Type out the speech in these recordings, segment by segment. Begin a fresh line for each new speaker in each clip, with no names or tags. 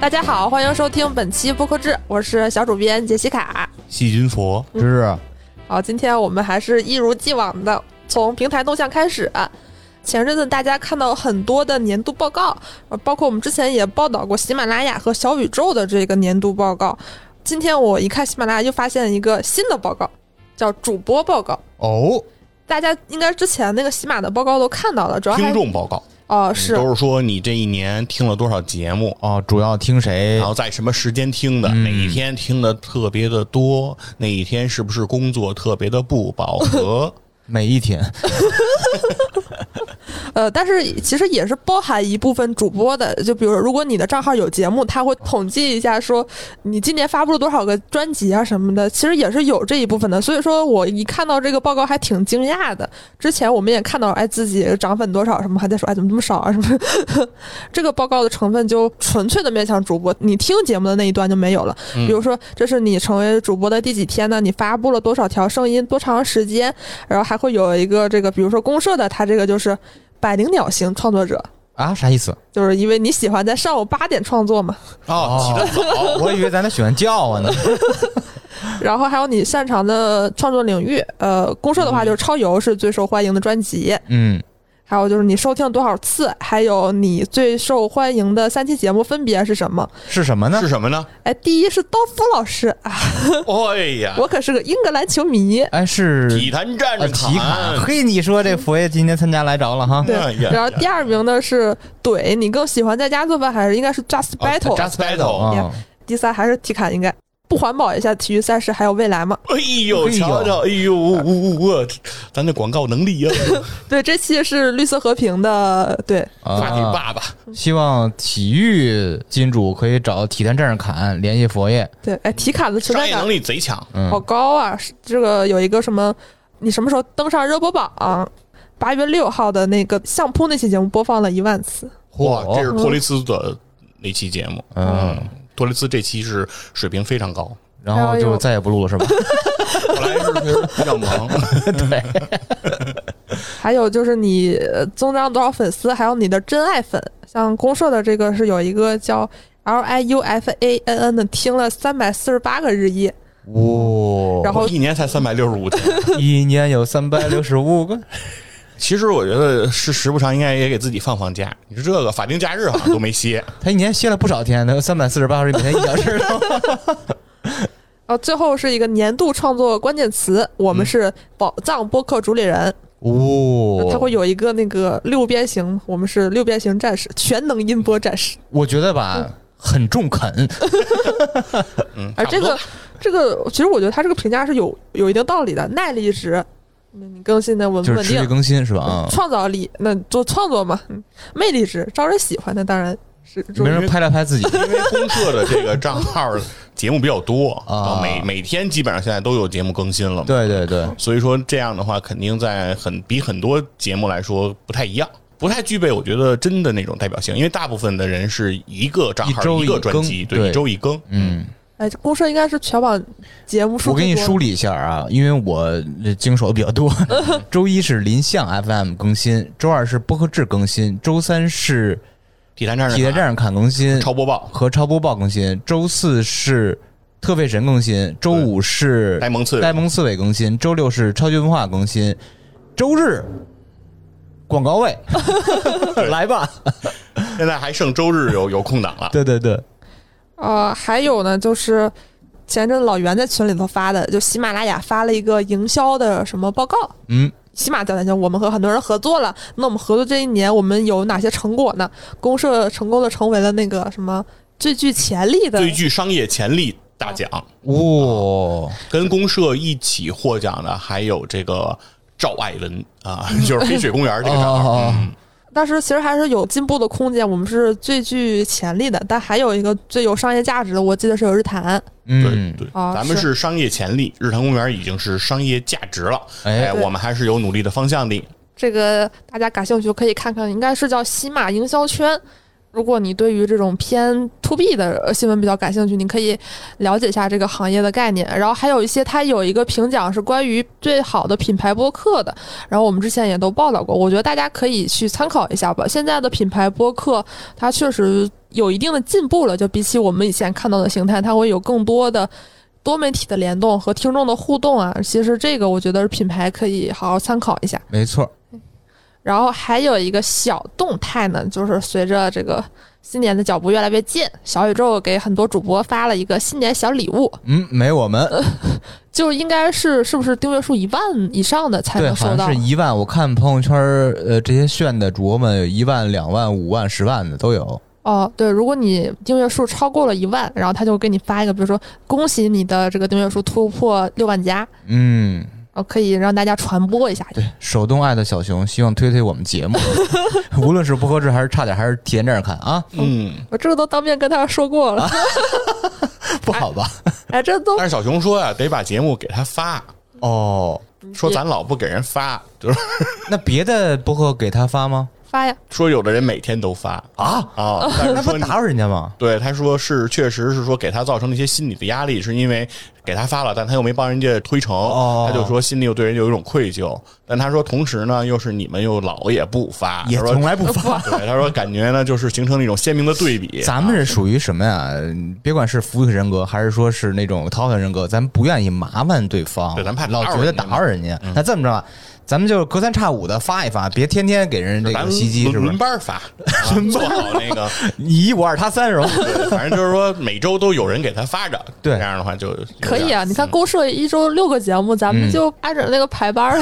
大家好，欢迎收听本期播客志，我是小主编杰西卡。
细菌佛，
嗯
芝芝，
好，今天我们还是一如既往的从平台动向开始。前阵子大家看到很多的年度报告，呃包括我们之前也报道过喜马拉雅和小宇宙的这个年度报告。今天我一看喜马拉雅，又发现一个新的报告，叫主播报告。
哦，
大家应该之前那个喜马的报告都看到了，主要还
听众报告
哦是
都是说你这一年听了多少节目，
哦，主要听谁
然？后在什么时间听的，哪一天听的特别的多，哪一天是不是工作特别的不饱和？
每一天，
呃，但是其实也是包含一部分主播的，就比如如果你的账号有节目，他会统计一下说你今年发布了多少个专辑啊什么的，其实也是有这一部分的。所以说我一看到这个报告还挺惊讶的。之前我们也看到，哎，自己涨粉多少什么，还在说哎怎么这么少啊什么。 这个报告的成分就纯粹的面向主播，你听节目的那一段就没有了。比如说这是你成为主播的第几天呢？你发布了多少条声音，多长时间？然后还会有一个这个，比如说公社的，它这个就是百灵鸟型创作者，
啊，啥意思？
就是因为你喜欢在上午八点创作 嘛。
哦，起得
早，我以为咱俩喜欢叫啊 呢。
然后还有你擅长的创作领域，呃，公社的
嗯
话就是超游是最受欢迎的专辑，
嗯，
还有就是你收听多少次，还有你最受欢迎的三期节目分别是什么？
是什么呢
是？什么呢？
哎，第一是刀夫老师啊，
哎呀，
我可是个英格兰球
啊
迷。
哎，是
体坛战哦
呃
士
体卡。 嘿，你说这佛爷今天参加来着了哈？
对
哎，呀
然后第二名呢是怼，你更喜欢在家做饭还是应该是 Just
哦
Battle？、
Just Battle。
啊，
第三还是体卡应该不环保一下体育赛事还有未来吗？
哎呦，
哎呦
瞧瞧，哎呦，呜呜呜呜，咱这广告能力呀，啊
对，这期是绿色和平的，对，
发给
啊
爸爸。
希望体育金主可以找体坛战士侃联系佛爷。
对，哎，体卡的存
商
在
业
感
能力贼强，
嗯
好，高啊！是这个有一个什么，你什么时候登上热播榜？八月六号的那个相扑那期节目播放了一万次，
哇，
嚯
这是托雷斯的那期节目，
嗯，
托雷斯这期是水平非常高，
然后就再也不录了是吧？
哎
后来是让王，
还有就是你呃增长多少粉丝，还有你的真爱粉，像公社的这个是有一个叫 L I U F A N N 的，听了三百四十八个日夜，
哇
然后
一年才三百六十五天。
一年有三百六十五个，
其实我觉得是时不常应该也给自己放放假。你说这个法定假日好像都没歇，
他一年歇了不少天，他三百四十八小时，每天一小时。
然后哦最后是一个年度创作关键词，我
嗯
们是宝藏播客主理人，
哦
它会有一个那个六边形，我们是六边形战士，全能音波战士。
我觉得吧，
嗯
很中肯。
嗯，
而
差不
这
多
个哎这个，其实我觉得他这个评价是有有一定道理的，耐力值，嗯你更新的稳不
就是
稳
持续
定，嗯
更新是吧？啊，
创造力，那做创作嘛，嗯魅力值，招人喜欢，那当然是
没人拍了拍 自己，
因为公社的这个账号节目比较多
啊
每每天基本上现在都有节目更新了嘛。
对对对，
所以说这样的话，肯定在很比很多节目来说不太一样，不太具备我觉得真的那种代表性，因为大部分的人是一个账
一
号
周一
个专
更
辑，
对
一周一更，
嗯，
哎，这公社应该是全网节目数
我给你
最多
梳
的
理一下啊，因为我经手比较多。
嗯
周一是林相 FM 更新，周二是播客制更新，周三是
体坛战士
体坛
卡
战士看更新
超播报、
和超播报更新，周四是特费神更新，周五是
呆萌刺
呆萌刺猬更新，周六是超级文化更新，周日广 告位来吧，
现在还剩周日有有空档了。
对对对，
呃，还有呢，就是前阵老袁在群里头发的，就喜马拉雅发了一个营销的什么报告，
嗯，
起码讲讲讲我们和很多人合作了，那我们合作这一年我们有哪些成果呢？公社成功的成为了那个什么最具潜力的
最具商业潜力大奖，
哇、哦
跟公社一起获奖的还有这个赵爱伦 啊，就是黑水公园这个账号。
哦
嗯
但是其实还是有进步的空间，我们是最具潜力的，但还有一个最有商业价值的，我记得是有日坛，
对
嗯，
对，
啊
咱们是商业潜力，日坛公园已经是商业价值了。
哎
哎，我们还是有努力的方向的。
这个大家感兴趣可以看看，应该是叫喜马营销圈。如果你对于这种偏 to B 的呃新闻比较感兴趣，你可以了解一下这个行业的概念。然后还有一些，它有一个评奖是关于最好的品牌播客的，然后我们之前也都报道过，我觉得大家可以去参考一下吧。现在的品牌播客，它确实有一定的进步了，就比起我们以前看到的形态，它会有更多的多媒体的联动和听众的互动啊。其实这个我觉得是品牌可以好好参考一下。
没错，
然后还有一个小动态呢，就是随着这个新年的脚步越来越近，小宇宙给很多主播发了一个新年小礼物，
嗯，没我们
就应该是是不是订阅数一万以上的才
对，
能收
好
到
像是？一万。我看朋友圈儿，呃，这些炫的主播们有一万、两万、五万、十万的都有。
哦，对，如果你订阅数超过了一万，然后他就给你发一个，比如说恭喜你的这个订阅数突破六万加，
嗯，
哦，可以让大家传播一下。
对，手动爱的小熊，希望推推我们节 目，无论是不合适还是差点，还是体验站看啊，
嗯，
我这个都当面跟他说过 了，
不好吧？
哎，这都
但是小熊说啊，得把节目给他发，
哦，
说咱老不给人发，就是
那别的博客给他发吗？
发呀，
说有的人每天都发
啊，
啊，但
那
是
不
说你
打扰人家吗？
对他说是，确实是说给他造成了一些心理的压力，是因为给他发了，但他又没帮人家推成，
哦
他就说心里又对人有一种愧疚。但他说同时呢，又是你们又老也不发，
也
他
从
说。
呃来不发。
对，他说感觉呢，就是形成了一种鲜明的对 比。
咱们这属于什么呀？别管是服务人格，还是说是那种讨好人格，咱们不愿意麻烦对方，
对咱怕打
老
扰
觉得打扰人家。
嗯
那这么着吧，咱们就隔三差五的发一发，别天天给人这
咱
个
们
袭击，是
轮
不是？
轮班儿 发，啊做好那个，
你一我二他三 是吧？
对反正就是说每周都有人给他发着，
对
这样的话就
可以啊。你看公社一周六个节目，咱们就按照那个排班儿，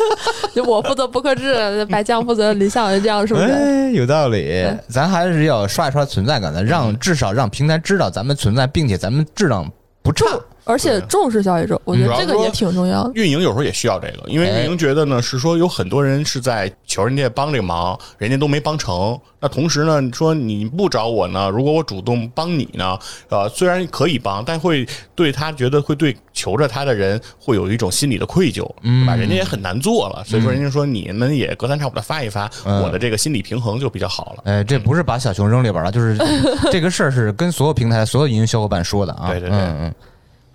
就我负责播客制，白酱负责理想，就这样是不是？
哎，有道理，
嗯
咱还是要刷一刷存在感的，让至少让平台知道咱们存在，并且咱们质量不差。
而且重视小宇宙，我觉得这个也挺重要的。
运营有时候也需要这个，因为
哎
运营觉得呢是说有很多人是在求人家帮这个忙，人家都没帮成。那同时呢，你说你不找我呢，如果我主动帮你呢，呃，虽然可以帮，但会对他觉得会对求着他的人会有一种心理的愧疚，
嗯
对吧？人家也很难做了，所以说人家说你们也隔三差五的发一发，
嗯
我的这个心理平衡就比较好了。
哎，这不是把小熊扔里边了，就是 这个事儿是跟所有平台、所有运营小伙伴说的啊。
对对对
嗯嗯，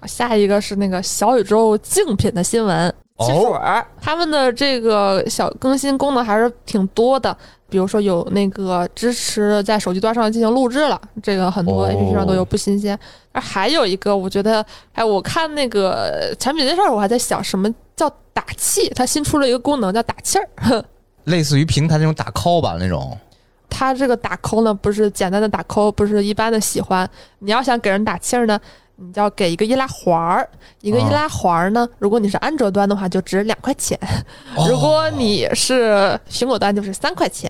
下一个是那个小宇宙竞品的新闻，
哦
汽水儿，他们的这个小更新功能还是挺多的。比如说有那个支持在手机端上进行录制了，这个很多
哦
APP 上都有，不新鲜。而还有一个，我觉得，哎，我看那个产品介绍，我还在想什么叫打气，它新出了一个功能叫打气儿。
类似于平台那种打 call 吧那种。
它这个打 call 呢，不是简单的打 call，不是一般的喜欢。你要想给人打气儿呢，你就要给一个易拉环儿。一个
啊
易拉环儿呢，如果你是安卓端的话，就值两块钱；如果你是苹果端，就是三块钱。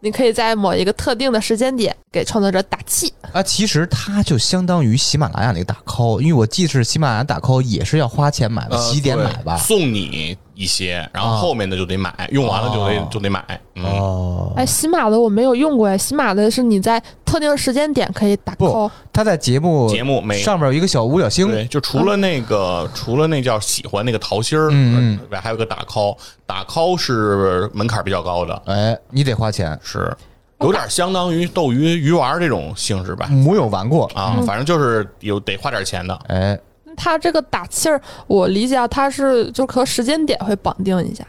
你可以在某一个特定的时间点给创作者打气。
啊，其实它就相当于喜马拉雅那个打 call，因为我记得是喜马拉雅打 call 也是要花钱买吧，
呃
喜点
对
买吧。
送你一些，然后
啊
后面的就得买，用完了就得
哦
就得买。嗯，
哦，
哎，喜马的我没有用过哎，喜马的是你在特定时间点可以打
不
call。
他在节目
节目没
上面有一个小五角星，
对，就除了那个，除了那叫喜欢那个桃心儿，
嗯
呃还有个打 call，打 call 是门槛比较高的，
哎，你得花钱。
是有点相当于斗鱼鱼丸这种性质吧？
我有玩过，
啊，反正就是有得花点钱的。
哎，
它这个打气儿，我理解啊，它是就和时间点会绑定一下，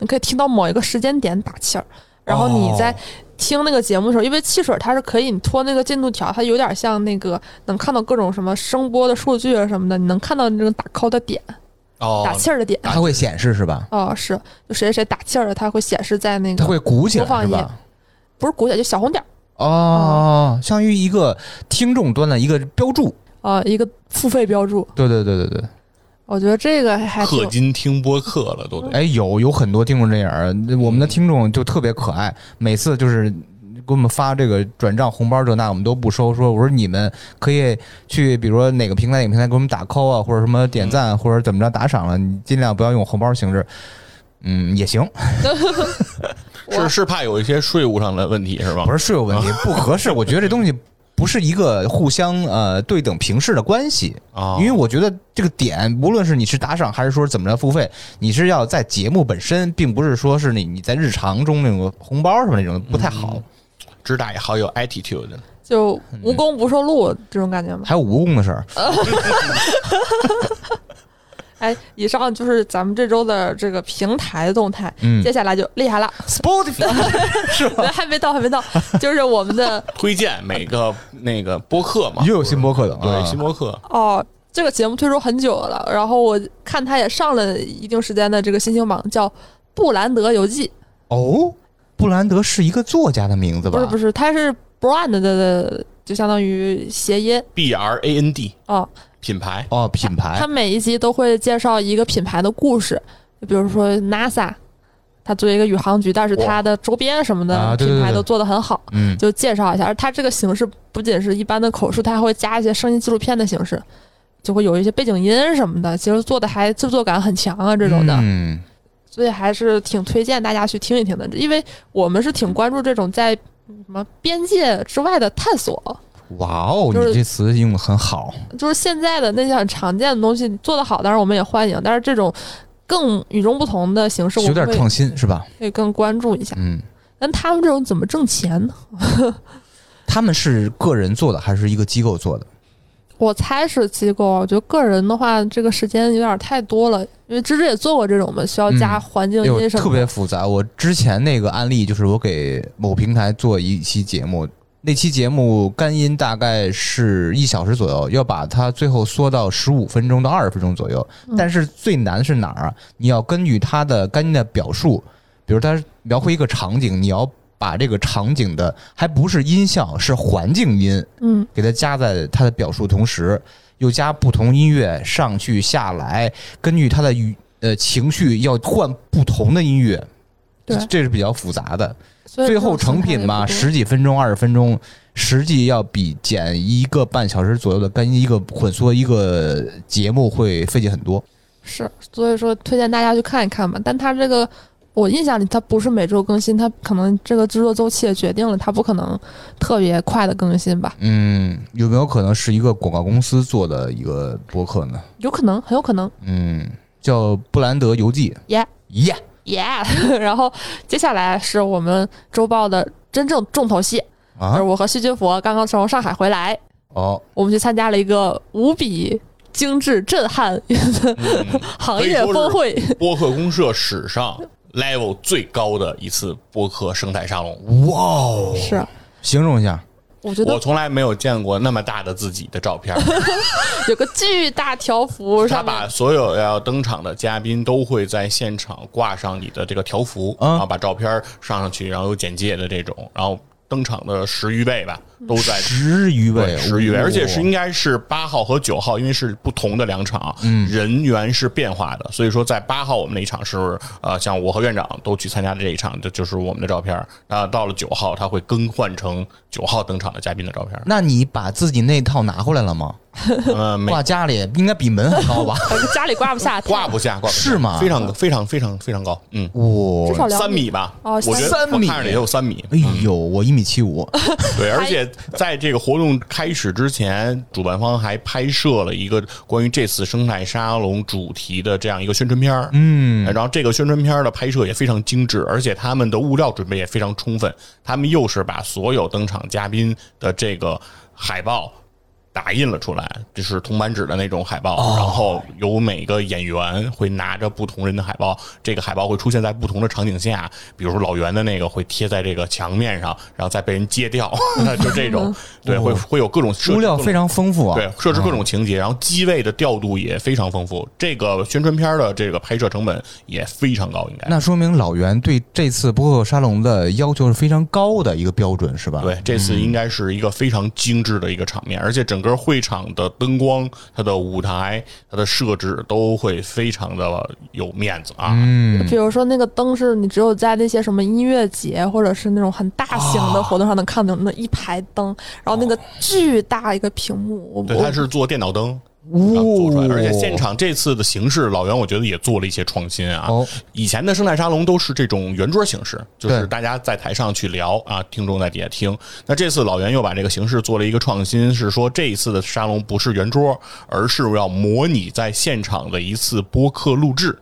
你可以听到某一个时间点打气儿，然后你在
哦
听那个节目的时候，因为汽水它是可以你拖那个进度条，它有点像那个能看到各种什么声波的数据啊什么的，你能看到那种打 call 的点、
哦
打气儿的点。
它会显示是吧？
哦，是，就谁谁谁打气儿了，它会显示在那
它
个
会鼓起来
播放
是
页
吧？
不是鼓点，就小红点儿，
哦，相当于一个听众端的一个标注。
呃，一个付费标注。
对对对对对，
我觉得这个还
氪
挺
金听播客了都得。
哎，有有很多听众这样儿，我们的听众就特别可爱，每次就是。给我们发这个转账红包这那我们都不收，说我说你们可以去，比如说哪个平台哪个平台给我们打 call 啊，或者什么点赞、或者怎么着打赏了，你尽量不要用红包形式，嗯也行，
是是怕有一些税务上的问题是吧
不？是税务问题不合适，我觉得这东西不是一个互相呃对等平视的关系，
啊，
因为我觉得这个点，无论是你是打赏还是说怎么着付费，你是要在节目本身，并不是说是你你在日常中那种红包什么那种不太好。
知大也好有 attitude，
就
嗯
无功不受禄这种感觉嘛。
还有蜈蚣的事儿，
哎，以上就是咱们这周的这个平台动态，
嗯
接下来就厉害了，
，Spotify 是吧？
还没到，还没到，就是我们的
推荐每个那个播客嘛，
又有新播客的啊
对新播客，
哦，这个节目推出很久了，然后我看它也上了一定时间的这个新星榜，叫《布兰德游记》，
哦，布兰德是一个作家的名字吧？
不是不
是，
是，它是 brand 的的，就相当于谐音
B R A N D
哦。
品牌，
哦，品牌
它每一集都会介绍一个品牌的故事，就比如说 NASA，它作为一个宇航局，但是它的周边什么
啊
的
对对
品牌
对
都做得很好。
嗯，
就介绍一下，而它这个形式不仅是一般的口述，它还会加一些声音纪录片的形式，就会有一些背景音什么的，其实做的还制作感很强啊，这种的。
嗯
所以还是挺推荐大家去听一听的，因为我们是挺关注这种在嗯什么边界之外的探索，
哇哦，
就是
你这词用的很好，
就是现在的那些很常见的东西做得好，当然我们也欢迎，但是这种更与众不同的形式，我
有点
们会
创新是吧？
会更关注一下。
嗯，
但他们这种怎么挣钱呢？
他们是个人做的还是一个机构做的？
我猜是机构，我觉得个人的话，这个时间有点太多了，因为芝芝也做过这种嘛，需要加
嗯
环境
哎呦
音什
特
么的。
别复杂。我之前那个案例就是我给某平台做一期节目，那期节目干音大概是一小时左右，要把它最后缩到十五分钟到二十分钟左右。
嗯
但是最难是哪儿啊？你要根据它的干音的表述，比如它描绘一个场景，你要把这个场景的还不是音效，是环境音，
嗯，
给它加在它的表述同时，又加不同音乐上去下来，根据它的语呃情绪要换不同的音乐，
对
这这是比较复杂的。
所以
最
这种
后成
形态
品
也
嘛，
不多
十几分钟、二十分钟，实际要比剪一个半小时左右的跟一个混缩一个节目会费劲很多。
是，所以说推荐大家去看一看吧。但它这个，我印象里它不是每周更新，它可能这个制作周期也决定了，它不可能特别快的更新吧。
嗯，有没有可能是一个广告公司做的一个播客呢？
有可能，很有可能，
嗯，叫《布兰德游记》。
耶
耶，
耶、 然后接下来是我们周报的真正重头戏，就
啊
是，我和细菌佛刚刚从上海回来，
哦，
我们去参加了一个无比精致震撼
嗯
行业峰会。
播客公社史上 level 最高的一次播客生态沙龙。
哇哦，
是，
形容一下，
我觉
我
得
从来没有见过那么大的自己的照 片，
有个巨大条幅
他
上面
把所有要登场的嘉宾都会在现场挂上你的这个条幅，
嗯
啊
然后把照片上上去，然后有简介的这种，然后登场的十余位吧，都 在
十余位，
对，十余位，
哇。
而且是应该是八号和九号，因为是不同的两场，人员是变化的，所以说在八号我们那一场是呃，像我和院长都去参加的这一场，这就是我们的照片儿。那到了九号，他会更换成九号登场的嘉宾的照片
那你把自己那套拿回来了 吗？
嗯，没
挂家里应该比门还 高吧？
家里挂不下，
挂不下，挂不下
是吗
非常非常非常非常高，嗯，
至
哇，
少两
三米吧，
哦
我觉得
三
我
米
看着也有三米，
哎呦，
嗯
我一米七五，
对，而且在这个活动开始之前，主办方还拍摄了一个关于这次生态沙龙主题的这样一个宣传片儿。嗯，然后这个宣传片儿的拍摄也非常精致，而且他们的物料准备也非常充分。他们又是把所有登场嘉宾的这个海报。打印了出来，这是铜版纸的那种海报，
哦
然后有每个演员会拿着不同人的海报，这个海报会出现在不同的场景下，比如说老袁的那个会贴在这个墙面上，然后再被人 揭掉，就这种，对，会会有各种设置
物哦料非常丰富啊。
对，设置各种情节，然后机位的调度也非常丰富，这个宣传片的这个拍摄成本也非常高，应该。
那说明老袁对这次播客沙龙的要求是非常高的一个标准，是吧？，
对，这次应该是一个非常精致的一个场面，而且整个会场的灯光、它的舞台、它的设置都会非常的有面子啊。
嗯
比如说那个灯是你只有在那些什么音乐节或者是那种很大型
啊
的活动上能看到那一排灯，然后那个巨大一个屏幕，我
对，
我
它是做电脑灯。
哦
然后做出来，而且现场这次的形式，老袁我觉得也做了一些创新啊。
哦
以前的生态沙龙都是这种圆桌形式，就是
对
大家在台上去聊啊，听众在底下听。那这次老袁又把这个形式做了一个创新，是说这一次的沙龙不是圆桌，而是要模拟在现场的一次播客录制。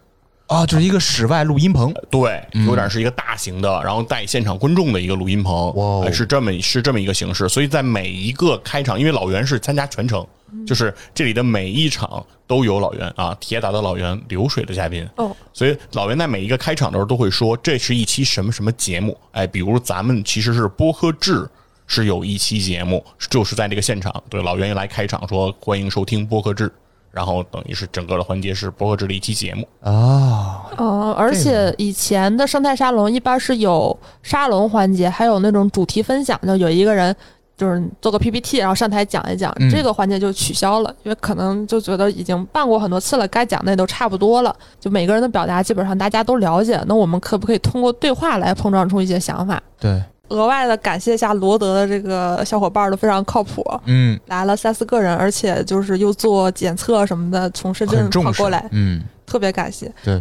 啊，就是一个室外录音棚，
对，有点是一个大型的，然后带现场观众的一个录音棚，
嗯
哎
哇哦
呃是这么是这么一个形式。所以在每一个开场，因为老袁是参加全程，
嗯
就是这里的每一场都有老袁啊，铁打的老袁，流水的嘉宾。
哦，
所以老袁在每一个开场的时候都会说，这是一期什么什么节目。哎，比如咱们其实是播客制。是有一期节目，就是在这个现场，对老袁一来开场说欢迎收听播客制，然后等于是整个的环节是播客制的一期节目。
啊，
哦，而且以前的生态沙龙一般是有沙龙环节，还有那种主题分享，就有一个人就是做个 PPT，然后上台讲一讲，
嗯
这个环节就取消了，因为可能就觉得已经办过很多次了，该讲的也都差不多了，就每个人的表达基本上大家都了解，那我们可不可以通过对话来碰撞出一些想法？
对，
额外的感谢一下罗德的这个小伙伴儿都非常靠谱，
嗯，
来了三四个人，而且就是又做检测什么的，从深圳
很
跑
重视
过来，，
嗯，
特别感谢。
对，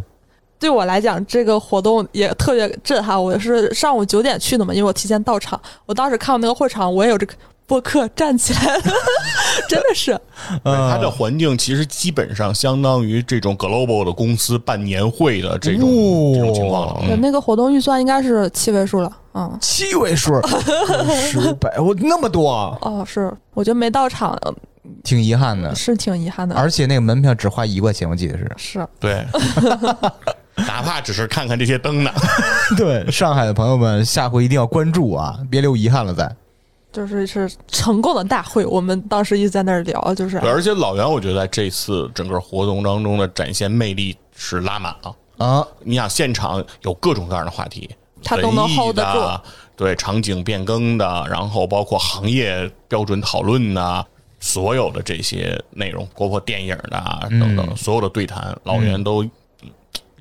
对我来讲，这个活动也特别震撼。我是上午九点去的嘛，因为我提前到场。我当时看到那个会场，我也有这个播客站起来 了，真的是
嗯
对它的环境其实基本上相当于这种 global 的公司办年会的这种、
哦
这种情况了。嗯
那个活动预算应该是七位数了。嗯，
七位 数，十百，我那么多，啊
哦，是，我觉得没到场
挺遗憾的。
是挺遗憾的。
而且那个门票只花一块钱，我记得是。
是，
对，哪怕只是看看这些灯呢，
对，上海的朋友们，下回一定要关注啊，别留遗憾了再。
就是是成功的大会。我们当时一直在那儿聊，就是
对而且老袁我觉得在这次整个活动当中的展现魅力是拉满了。
啊，
你想现场有各种各样的话题，
他都能
文艺
hold 得
的，对场景变更的，然后包括行业标准讨论呐、所有的这些内容，包括电影的啊等等，
嗯
所有的对谈，老袁都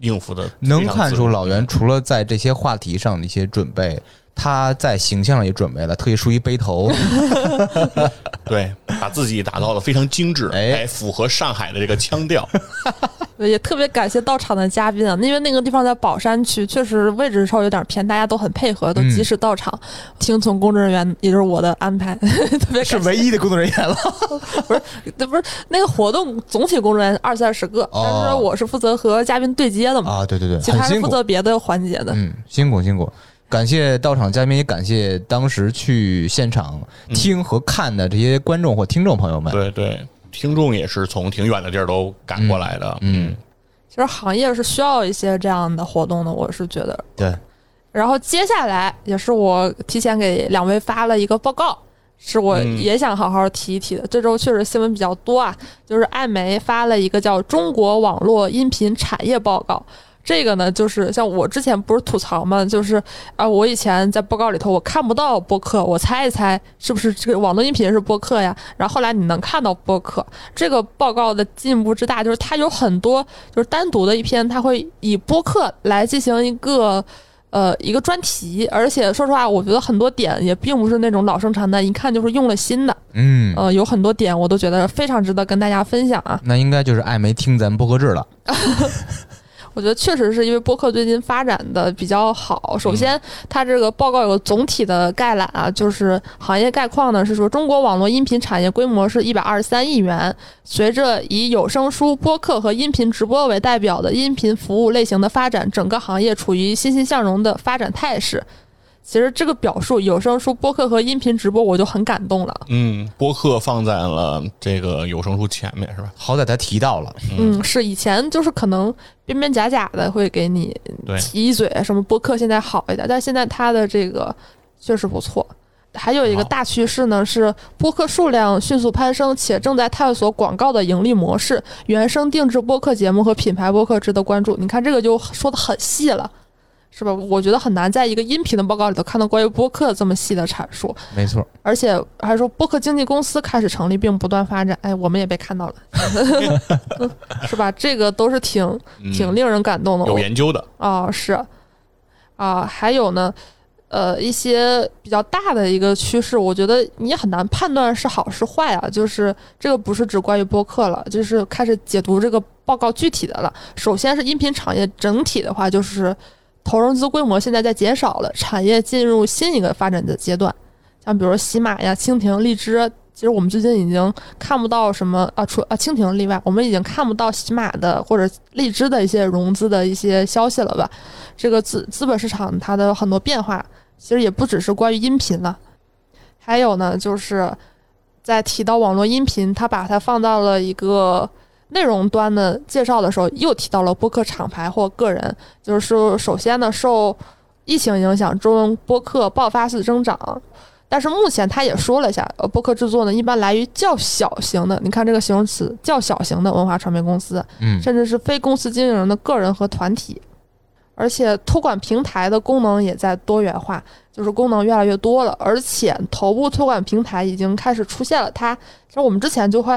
应
嗯
付的
能看出老袁除了在这些话题上的一些准备，他在形象上也准备了，特意梳一背头。
对，把自己打造的非常精致，
哎
哎，符合上海的这个 腔调。
哎呃也特别感谢到场的嘉宾啊，因为那个地方在宝山区，确实位置稍微有点偏，大家都很配合，
嗯
都及时到场，听从工作人员，也就是我的安排， 特别感谢
是唯一的工作人员了。
那不是那个活动总体工作人员二三十个，但
哦
是我是负责和嘉宾对接的嘛，
啊，对对对，
其他
很
是
辛
负
苦。
责别的环节的。
嗯，辛苦辛苦，感谢到场嘉宾，也感谢当时去现场听和看的这些观众或听众朋友们。
对对，听众也是从挺远的地儿都赶过来的。
嗯
其实行业是需要一些这样的活动的，我是觉得。
对，
然后接下来也是我提前给两位发了一个报告，是我
嗯
也想好好提一提的。这周确实新闻比较多啊，就是艾媒发了一个叫《中国网络音频产业报告》。这个呢，就是像我之前不是吐槽嘛，就是啊，我以前在报告里头我看不到播客，我猜一猜是不是这个网络音频是播客呀？然后后来你能看到播客，这个报告的进步之大，就是它有很多就是单独的一篇，它会以播客来进行一个呃一个专题，而且说实话，我觉得很多点也并不是那种老生常谈，一看就是用了心的。
嗯，
呃，有很多点我都觉得非常值得跟大家分享啊。
那应该就是艾媒听咱播客制了。
我觉得确实是因为播客最近发展的比较好。首先，它这个报告有个总体的概览啊，就是行业概况呢是说，中国网络音频产业规模是一百二十三亿元。随着以有声书、播客和音频直播为代表的音频服务类型的发展，整个行业处于欣欣向荣的发展态势。其实这个表述，有声书、播客和音频直播，我就很感动了。
嗯，播客放在了这个有声书前面是吧？
好歹他提到了，
嗯，是以前就是可能边边假假的会给你
对
提一嘴，啊什么播客现在好一点，但现在它的这个确实不错。还有一个
好
大趋势呢，是播客数量迅速攀升，且正在探索广告的盈利模式、原生定制播客节目和品牌播客值得关注。你看这个就说的很细了，是吧？我觉得很难在一个音频的报告里头看到关于播客这么细的阐述，
没错。
而且还说播客经纪公司开始成立并不断发展。哎，我们也被看到了， 是吧？这个都是挺
嗯
挺令人感动的。
有研究的。
哦，是，啊、还有呢，呃，一些比较大的一个趋势，我觉得你也很难判断是好是坏啊。就是这个不是只关于播客了，就是开始解读这个报告具体的了。首先是音频产业整体的话，就是投融资规模现在在减少了，产业进入新一个发展的阶段，像比如喜马呀、蜻蜓、荔枝。其实我们最近已经看不到什么啊，除啊蜻蜓例外，我们已经看不到喜马的或者荔枝的一些融资的一些消息了吧？这个资资本市场它的很多变化，其实也不只是关于音频了，还有呢，就是在提到网络音频，他把它放到了一个内容端的介绍的时候，又提到了播客厂牌或个人，就是说首先呢，受疫情影响，中文播客爆发式增长。但是目前他也说了一下，呃，播客制作呢一般来于较小型的，你看这个形容词，较小型的文化传媒公司，
嗯
甚至是非公司经营人的个人和团体。而且托管平台的功能也在多元化，就是功能越来越多了。而且头部托管平台已经开始出现了它，其实我们之前就会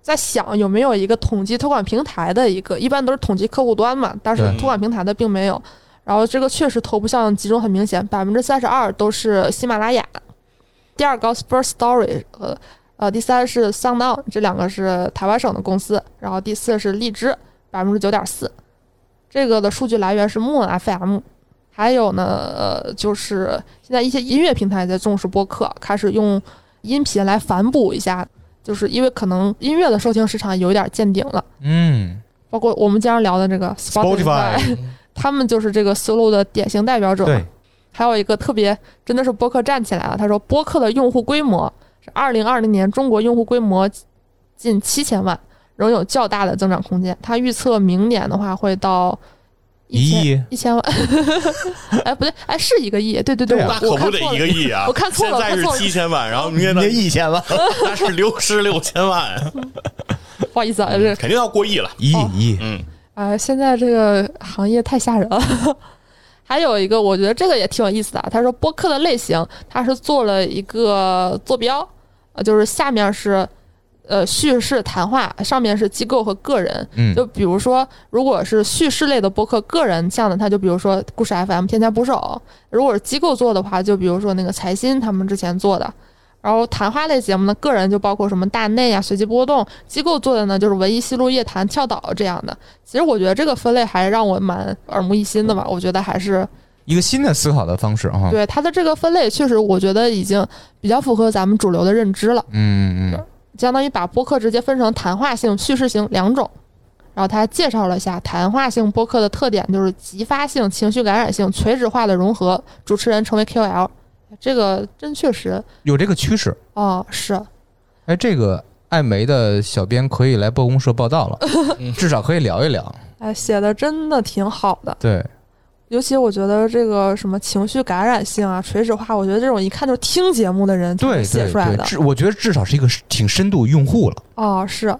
在想有没有一个统计托管平台的一个，一般都是统计客户端嘛，但是
对
托管平台的并没有。然后这个确实头部效应集中很明显，百分之三十二都是喜马拉雅，第二高 First Story 和呃第三是 SoundOn，这两个是台湾省的公司，然后第四是荔枝百分之九点四，这个的数据来源是 Moon FM，还有呢呃就是现在一些音乐平台在重视播客，开始用音频来反哺一下，就是因为可能音乐的收听市场有一点见顶了，
嗯，
包括我们经常聊的这个 Spotify，
Spotify
他们就是这个思路的典型代表者。
对，
还有一个特别真的是播客站起来了，他说播客的用户规模是二零二零年中国用户规模近七千万，仍有较大的增长空间。他预测明年的话会到
一
千
亿
一千万， 哎不对，哎是一个亿，对对
对啊
我
那可
我
不
看
得
错
一
了
个。亿啊！
我看错了
现
我
在
看错
是
了
七千万，然后明
那
年
一千万，
那是流失六 千万，
不好意思啊，这
肯定要过亿了。
一亿一亿，
嗯，
啊，现在这个行业太吓人了。 还有一个，我觉得这个也挺有意思的啊。他说播客的类型，他是做了一个坐标，呃，就是下面是呃叙事谈话，上面是机构和个人。
嗯
就比如说，如果是叙事类的播客，个人像的，他就比如说故事 FM、天天捕手；如果是机构做的话，就比如说那个财新他们之前做的。然后谈话类节目呢，个人就包括什么大内啊、随机波动；机构做的呢，就是文艺西路、夜谈、跳岛这样的。其实我觉得这个分类还让我蛮耳目一新的吧。我觉得还是
一个新的思考的方式啊，
对它的这个分类，确实我觉得已经比较符合咱们主流的认知了。
嗯嗯
相当于把播客直接分成谈话性、叙事型两种。然后他还介绍了一下谈话性播客的特点，就是激发性、情绪感染性、垂直化的融合，主持人成为 KOL。这个真确实
嗯，有这个趋势。
哦，是
哎，这个艾媒的小编可以来报公社报道了，
嗯
至少可以聊一聊。
哎，写的真的挺好的。
对，
尤其我觉得这个什么情绪感染性啊、垂直化，我觉得这种一看就是听节目的人才能
对
写
对
出来
对，
的
至我觉得至少是一个挺深度用户了。
哦，是。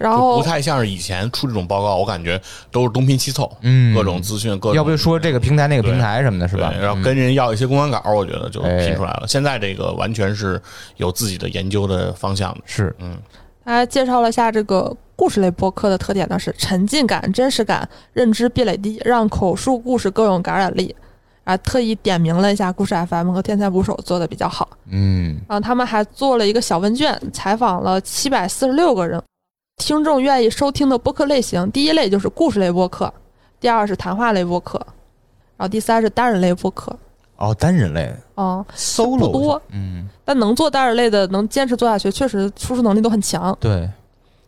然
就
后
不太像是以前出这种报告，我感觉都是东拼西凑，
嗯
各种资讯，各种
要不就说这个平台那个平台什么的，是
对，
吧？嗯哎
然后跟人要一些公关稿，我觉得就拼出来了。现在这个完全是有自己的研究的方向的。
是
嗯，
他还介绍了一下这个故事类播客的特点呢，是沉浸感、真实感、认知壁垒低，让口述故事更有感染力。啊，特意点名了一下故事 FM 和天才捕手做的比较好。
嗯，
然后他们还做了一个小问卷，采访了七百四十六个人，听众愿意收听的播客类型，第一类就是故事类播客，第二是谈话类播客，然后第三是单人类播客。
哦，单人类
嗯，
solo
不多
嗯，
但能做单人类的，能坚持做下去，确实输出能力都很强。
对，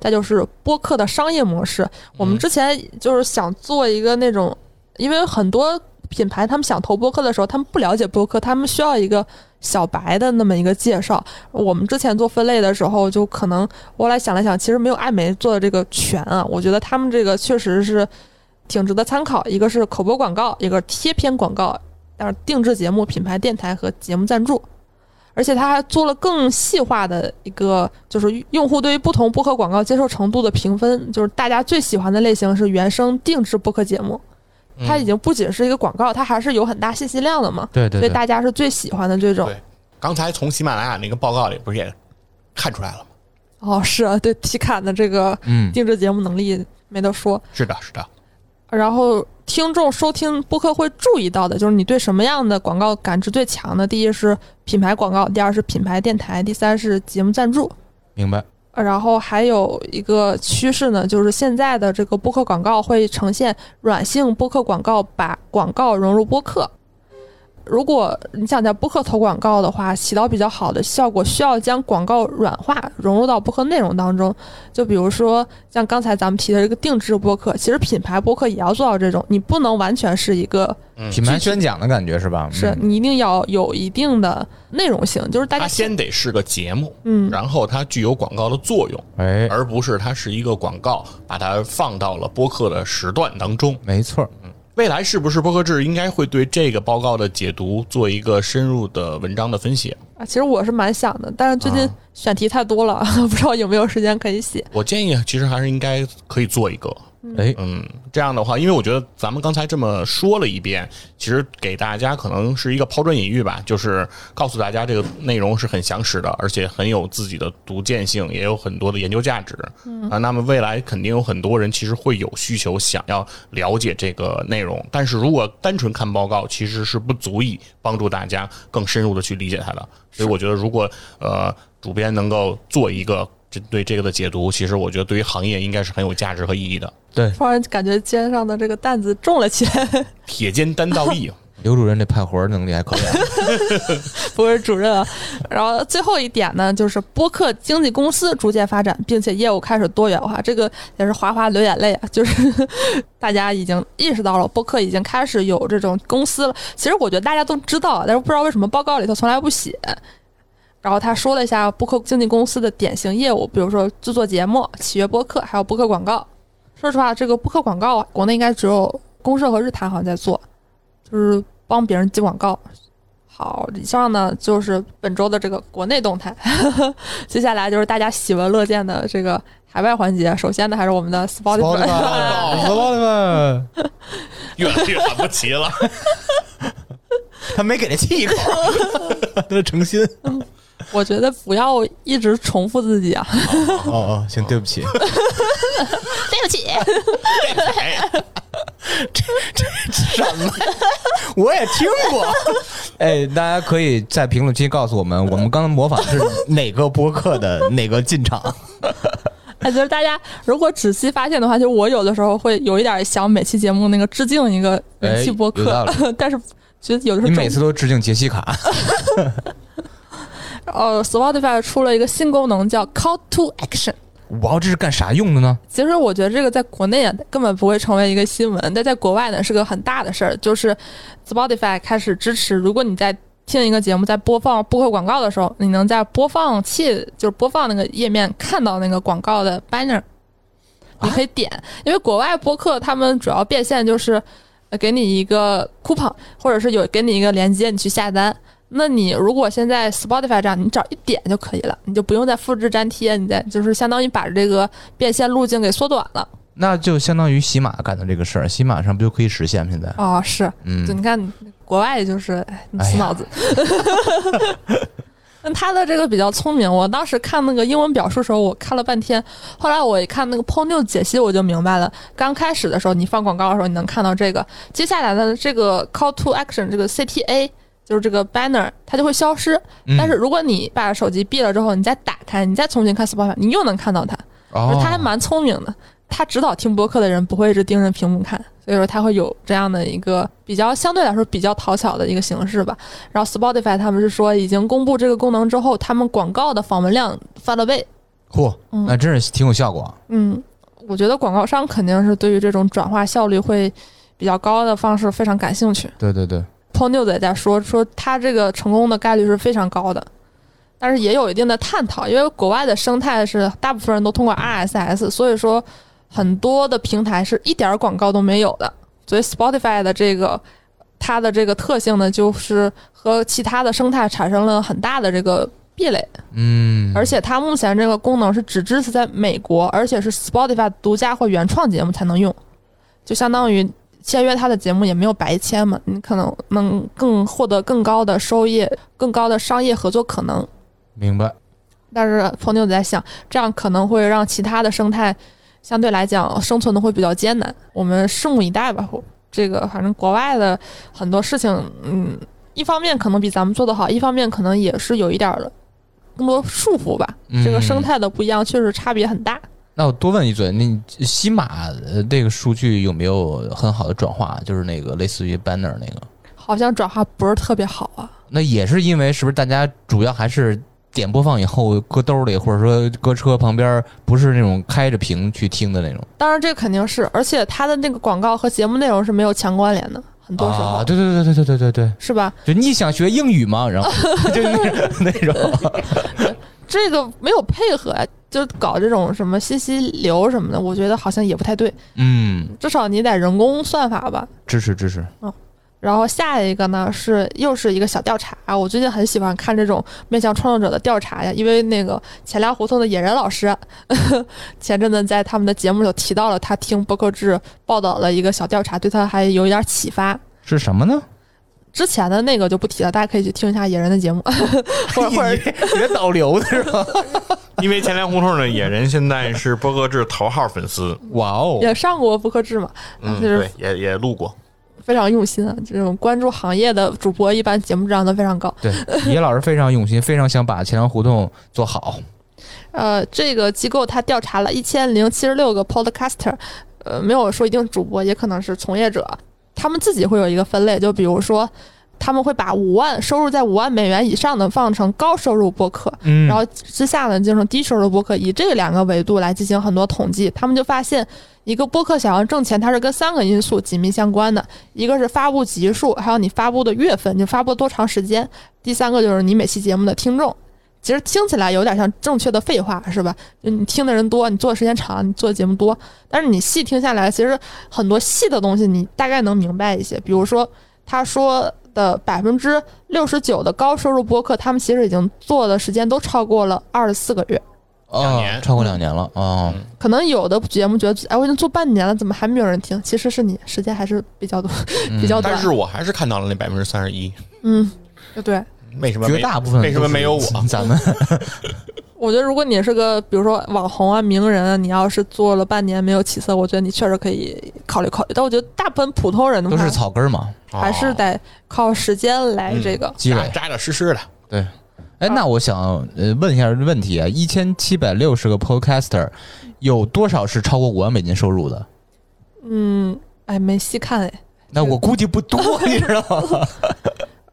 再就是播客的商业模式。我们之前就是想做一个那种，因为很多品牌他们想投播客的时候，他们不了解播客，他们需要一个小白的那么一个介绍。我们之前做分类的时候，就可能我来想了想，其实没有艾媒做的这个全啊。我觉得他们这个确实是挺值得参考，一个是口播广告，一个贴片广告，但是定制节目、品牌电台和节目赞助。而且他还做了更细化的一个，就是用户对于不同播客广告接受程度的评分，就是大家最喜欢的类型是原生定制播客节目。
嗯
它
嗯
已经不仅是一个广告，它还是有很大信息量的嘛，
对对
所以
对，
大家是最喜欢的这种
对。刚才从喜马拉雅那个报告里不是也看出来了吗？
哦，是啊对体感的这个
嗯，
定制节目能力没得说。
是的，是的，
然后听众收听播客会注意到的，就是你对什么样的广告感知最强呢？第一是品牌广告，第二是品牌电台，第三是节目赞助。
明白，
然后还有一个趋势呢，就是现在的这个播客广告会呈现软性播客广告，把广告融入播客。如果你想在播客投广告的话，起到比较好的效果，需要将广告软化融入到播客内容当中。就比如说像刚才咱们提的这个定制播客，其实品牌播客也要做到这种，你不能完全是一个，
品牌宣讲的感觉是吧？嗯
是你一定要有一定的内容性，就是大
它
家
先得是个节目，
嗯
然后它具有广告的作用，
哎，
而不是它是一个广告，把它放到了播客的时段当中。
没错儿，
未来是不是播客制应该会对这个报告的解读做一个深入的文章的分析？
啊，其实我是蛮想的，但是最近选题太多了， 不知道有没有时间可以写。
我建议其实还是应该可以做一个，
哎，
嗯，这样的话，因为我觉得咱们刚才这么说了一遍，其实给大家可能是一个抛砖引玉吧，就是告诉大家这个内容是很详实的，而且很有自己的独见性，也有很多的研究价值。嗯啊，那么未来肯定有很多人其实会有需求想要了解这个内容，但是如果单纯看报告，其实是不足以帮助大家更深入的去理解它的。所以我觉得，如果呃主编能够做一个。针对这个的解读，其实我觉得对于行业应该是很有价值和意义的。
对，
突然感觉肩上的这个担子重了起来，
铁肩担道义，啊
刘主任这派活儿能力还可以啊，
不是主任啊。然后最后一点呢，就是播客经纪公司逐渐发展，并且业务开始多元化，这个也是哗哗流眼泪啊。就是大家已经意识到了，播客已经开始有这种公司了。其实我觉得大家都知道，但是不知道为什么报告里头从来不写。然后他说了一下播客经纪公司的典型业务，比如说制作节目、企业播客，还有播客广告。说实话，这个播客广告啊，国内应该只有公社和日坛好像在做，就是帮别人接广告。好，以上呢就是本周的这个国内动态， 接下来就是大家喜闻乐见的这个海外环节。首先呢，还是我们的 Spotify。
Spotify，Spotify，
越来越喊不齐了。
他没给他气一 口，他是诚心。
我觉得不要一直重复自己啊，
哦哦，行，对不起，
对不 起。
什么？我也听过。 哎，大家可以在评论区告诉我们，我们刚刚模仿是哪个播客的哪个 进场？
哎，就是大家如果仔细发现的话，就是我有的时候会有一点想每期节目那个致敬一个人气播
哎有道
客， 但是觉得有的时候
你
整
每次都致敬杰西卡，
呃，Spotify 出了一个新功能叫 Call to Action。
哇，这是干啥用的呢？
其实我觉得这个在国内啊根本不会成为一个新闻，但在国外呢是个很大的事儿。就是 Spotify 开始支持，如果你在听一个节目，在播放播客广告的时候，你能在播放器就是播放那个页面看到那个广告的 banner，你可以点。因为国外播客他们主要变现就是呃给你一个 coupon，或者是有给你一个链接，你去下单。那你如果现在 Spotify 这样，你只要一点就可以了，你就不用再复制粘贴，你再就是相当于把这个变现路径给缩短了
那就相当于喜马干的这个事儿，喜马上不就可以实现？现在，
啊、哦！是，
嗯
就，你看国外就是哎你
哎
死
呀
脑子。 那他的这个比较聪明，我当时看那个英文表述的时候，我看了半天，后来我一看那个 p o n e w 解析，我就明白了。刚开始的时候，你放广告的时候，你能看到这个，接下来的这个 call to action 这个 CTA 就是这个 banner，它就会消失。
嗯
但是如果你把手机闭了之后，你再打开，你再重新看 Spotify，你又能看到它。
哦，
他还蛮聪明的，他指导听播客的人不会一直盯着屏幕看，所以说他会有这样的一个比较相对来说比较讨巧的一个形式吧。然后 Spotify 他们是说，已经公布这个功能之后，他们广告的访问量翻了倍。
哦嚯，
嗯
那真是挺有效果。啊
嗯，我觉得广告商肯定是对于这种转化效率会比较高的方式非常感兴趣。
对对对，
Paul News 也在说，说他这个成功的概率是非常高的，但是也有一定的探讨，因为国外的生态是大部分人都通过 RSS，所以说很多的平台是一点儿广告都没有的，所以 Spotify 的这个它的这个特性呢，就是和其他的生态产生了很大的这个壁垒，
嗯，
而且它目前这个功能是只支持在美国，而且是 Spotify 独家或原创节目才能用，就相当于签约它的节目也没有白签嘛，你可能能更获得更高的收益、更高的商业合作可能。
明白。
但是朋友在想，这样可能会让其他的生态相对来讲呃生存的会比较艰难，我们拭目以待吧。这个反正国外的很多事情，嗯，一方面可能比咱们做得好，一方面可能也是有一点儿更多束缚吧。
嗯
这个生态的不一样，确实差别很大。
那我多问一嘴，那西马呃这个数据有没有很好的转化？就是那个类似于 banner 那个，
好像转化不是特别好啊。
那也是因为是不是大家主要还是点播放以后搁兜里，或者说搁车旁边，不是那种开着屏去听的那种。
当然，这肯定是，而且它的那个广告和节目内容是没有强关联的，很多时候、
啊，对对对对对对对对，
是吧？
就你想学英语吗？ 然后就那那种，
这个没有配合呀，就搞这种什么信息流什么的，我觉得好像也不太对，
嗯，
至少你得人工算法吧。
支持支持，
然后下一个呢是又是一个小调查，我最近很喜欢看这种面向创作者的调查呀，因为那个钱粮胡同的野人老师呵呵 前阵子在他们的节目里有提到了，他听播客志报道了一个小调查，对他还有一点启发。
是什么呢？
之前的那个就不提了，大家可以去听一下野人的节目， 或者或 者
学导流的是吧？
因为前粮胡同的野人现在是播客制头号粉丝，
哇哦，
也上过播客志嘛，
嗯，
就是哦
对，也也录过。
非常用心啊！这种关注行业的主播，一般节目质量都非常高。
对，野老师非常用心，非常想把钱粮胡同做好。
呃，这个机构它调查了一千零七十六个 podcaster，呃，没有说一定主播，也可能是从业者，他们自己会有一个分类，就比如说。他们会把五万收入在五万美元以上的放成高收入播客，
嗯
然后之下呢就是低收入播客，以这两个维度来进行很多统计，他们就发现，一个播客想要挣钱，它是跟三个因素紧密相关的，一个是发布集数，还有你发布的月份，你发布多长时间，第三个就是你每期节目的听众。其实听起来有点像正确的废话，是吧？就你听的人多，你做的时间长，你做的节目多，但是你细听下来，其实很多细的东西你大概能明白一些。比如说，他说的百分之六十九的高收入播客，他们其实已经做的时间都超过了二十四个月。
哦，
两年
超过两年了哦，
可能有的节目觉得，哎，我已经做半年了，怎么还没有人听？其实是你时间还是比较多，
嗯
比较短
但。是我还是看到了那百分之三十一，
嗯，对对。
为什么没
绝大部分
为什么没有我
都？是咱们
我觉得，如果你是个比如说网红啊、名人啊，你要是做了半年没有起色，我觉得你确实可以考虑考虑。但我觉得大部分普通人的
都
话
是，草哦嗯根儿 嘛，
还是得靠时间来这个。
积
哦嗯扎
累。
扎扎实实的。
对，哎，那我想呃问一下问题啊，一千七百六十个 podcaster，有多少是超过五万美金收入的？
嗯，哎，没细看哎，
那我估计不 多，你知道吗？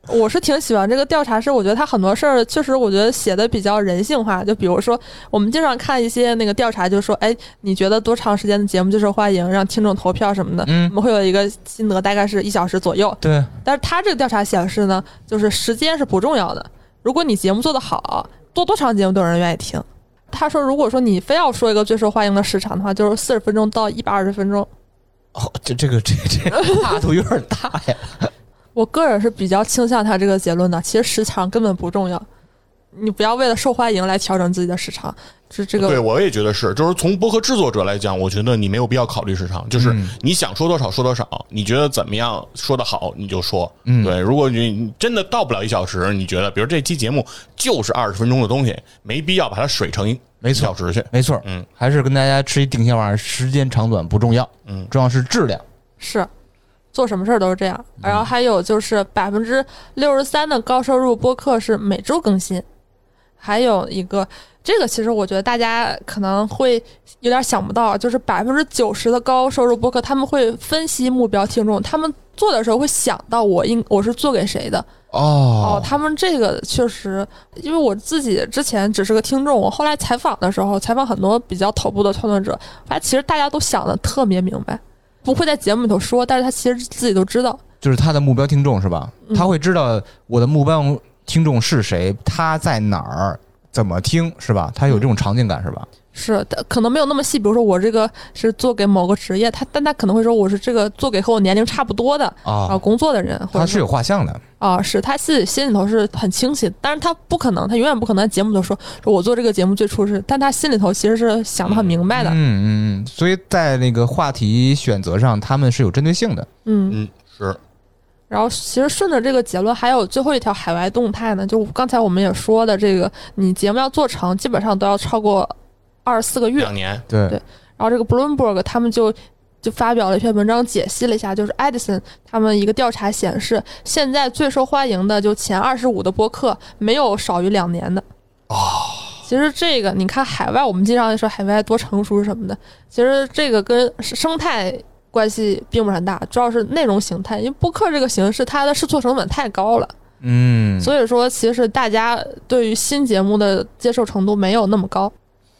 我是挺喜欢这个调查，是我觉得他很多事儿确实，我觉得写的比较人性化。就比如说，我们经常看一些那个调查，就说，哎，你觉得多长时间的节目最受欢迎，让听众投票什么的，
嗯
我们会有一个心得，大概是一小时左右。
对，
但是他这个调查显示呢，就是时间是不重要的。如果你节目做得好，做多长节目都有人愿意听。他说，如果说你非要说一个最受欢迎的时长的话，就是四十分钟到一百二十分钟。
哦，这这个这 这跨度有点大呀。
我个人是比较倾向他这个结论的。其实时长根本不重要，你不要为了受欢迎来调整自己的时长。这这
对，
个
我也觉得是，就是从播客制作者来讲，我觉得你没有必要考虑市场，就是
嗯
你想说多少说多少，你觉得怎么样说的好你就说。
嗯
对，如果你你真的到不了一小时，你觉得比如这期节目就是二十分钟的东西，没必要把它水成一
没
一
错
小时去。
没错，
嗯，
还是跟大家吃一定心丸，时间长短不重要，
嗯
重要是质量。
是做什么事儿都是这样。然后还有就是百分之六十三的高收入播客是每周更新，还有一个这个其实我觉得大家可能会有点想不到，就是百分之九十的高收入播客他们会分析目标听众，他们做的时候会想到我应我是做给谁的。哦
哦，
他们这个确实，因为我自己之前只是个听众，我后来采访的时候，采访很多比较头部的创作者，发现其实大家都想的特别明白，不会在节目里头说，但是他其实自己都知道。
就是他的目标听众是吧？
嗯
他会知道我的目标听众是谁，他在哪儿，怎么听是吧？他有这种场景感是吧？
是，但可能没有那么细，比如说我这个是做给某个职业，他但他可能会说我是这个做给和我年龄差不多的啊、
啊，
工作的人，或
他
者
是有画像的。
啊，是他自己心里头是很清晰的，但是他不可能，他永远不可能在节目里头说说我做这个节目最初是，但他心里头其实是想的很明白的，
嗯嗯嗯，所以在那个话题选择上，他们是有针对性的。
嗯
嗯，是
然后，其实顺着这个结论，还有最后一条海外动态呢，就刚才我们也说的，这个你节目要做成，基本上都要超过二十四个月。
两年。
对
对然后这个 Bloomberg 他们就就发表了一篇文章解析了一下，就是 Edison 他们一个调查显示，现在最受欢迎的就前二十五的播客没有少于两年的。哦，其实这个你看海外，我们经常说海外多成熟什么的，其实这个跟生态。关系并不是很大，主要是内容形态，因为播客这个形式它的试错成本太高了，
嗯，
所以说其实大家对于新节目的接受程度没有那么高，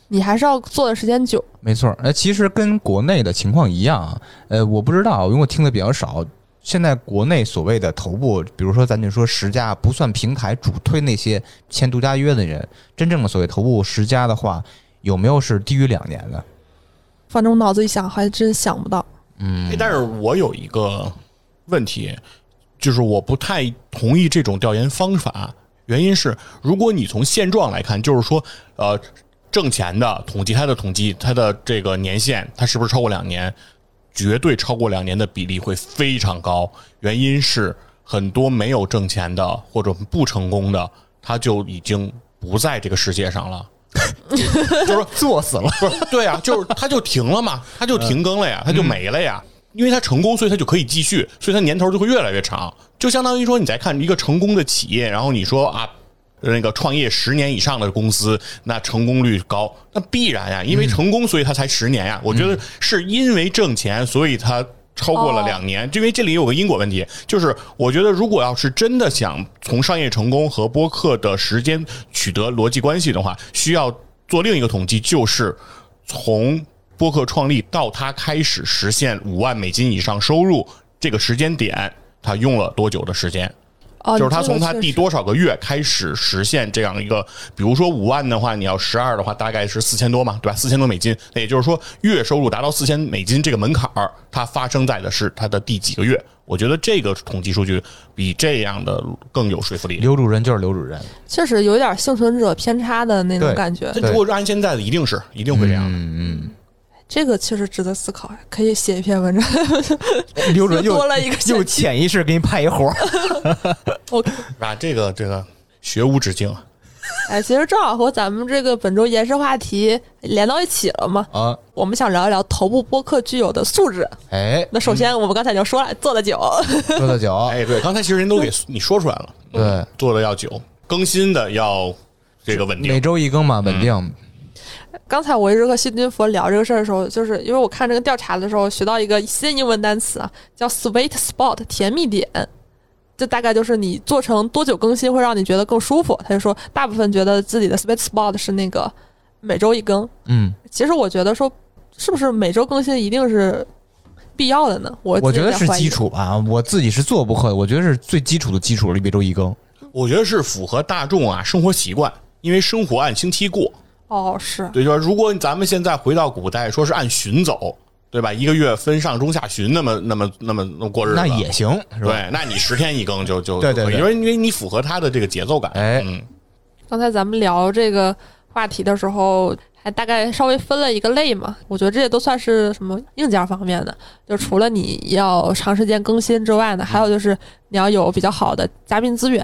你还是要做的时间久。
没错，呃，其实跟国内的情况一样啊，呃，我不知道，因为我听的比较少。现在国内所谓的头部，比如说咱就说十佳，不算平台主推那些签独家约的人，真正的所谓头部十佳的话，有没有是低于两年的？
反正我脑子一想，还真想不到。
哎但是我有一个问题，就是我不太同意这种调研方法。原因是，如果你从现状来看，就是说，呃，挣钱的统计它的统计，它的这个年限，它是不是超过两年？绝对超过两年的比例会非常高。原因是很多没有挣钱的或者不成功的，他就已经不在这个世界上了。
就是作死了。
不是， 对啊，就是他就停了嘛，他就停更了呀，他就没了呀。因为他成功，所以他就可以继续，所以他年头就会越来越长。就相当于说，你在看一个成功的企业，然后你说啊，那个创业十年以上的公司，那成功率高，那必然呀，因为成功，所以他才十年呀。我觉得是因为挣钱，所以他。超过了两年，因为这里有个因果问题，就是我觉得如果要是真的想从商业成功和播客的时间取得逻辑关系的话，需要做另一个统计，就是从播客创立到它开始实现五万美金以上收入这个时间点，它用了多久的时间？
哦，
就是他
你这
从
个
他
确
第
实
多少个月开始实现这样一个，比如说五万的话，你要十二的话，大概是四千多嘛，对吧？四千多美金，那也就是说月收入达到四千美金这个门槛儿，它发生在的是它的第几个月？我觉得这个统计数据比这样的更有说服力。
刘主任就是刘主任，
确实有点幸存者偏差的那种
对
感觉
这。如果是按现在的，一定是一定会这样的。
嗯
这个确实值得思考，可以写一篇 文章。
嗯， 刘主任又
多了一个选题
又潜意识给你派一活儿，
OK，
啊，这个这个学无止境啊。
哎，其实正好和咱们这个本周延伸话题连到一起了嘛。
啊，
我们想聊一聊头部播客具有的素质。
哎，
那首
嗯
先，我们刚才已经说了，做的久，
说的 久，
哎，对，刚才其实人都
嗯
给你说出来了，
对，
做的要久，更新的要这个稳定
每。周一更嘛，稳定，
刚才我一直和细菌佛聊这个事儿的时候，就是因为我看这个调查的时候学到一个新英文单词啊，叫 sweet spot，甜蜜点。这大概就是你做成多久更新会让你觉得更舒服。他就说，大部分觉得自己的 sweet spot 是那个每周一更。
嗯，
其实我觉得说，是不是每周更新一定是必要的呢？我
我
我
觉得是基。础吧，我自己是做播客的，我觉得是最基础的基础了，每周一更。
我觉得是符合大众啊生活习惯，因为生活按星期过。
哦，是
对，就是如果咱们现在回到古代，说是按旬走，对吧？一个月分上中下旬，那么那么那么那么过日子，
那也行，是吧？哎
对。那你十天一更就就
对对
就可
对
以因为因为你符合他的这个节奏感。
哎
嗯，
刚才咱们聊这个话题的时候，还大概稍微分了一个类嘛。我觉得这些都算是什么硬件方面的，就除了你要长时间更新之外呢，还有就是你要有比较好的嘉宾资源。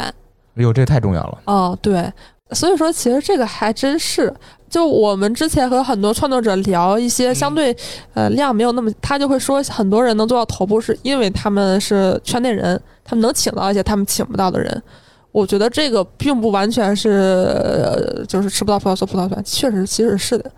哎呦，这太重要了。
哦，对，所以说其实这个还真是，就我们之前和很多创作者聊一些
嗯
相对、呃量没有那么，他就会说很多人能做到头部是因为他们是圈内人，他们能请到一些他们请不到的人。我觉得这个并不完全是，呃就是吃不到葡萄说葡萄酸，确实其实是的，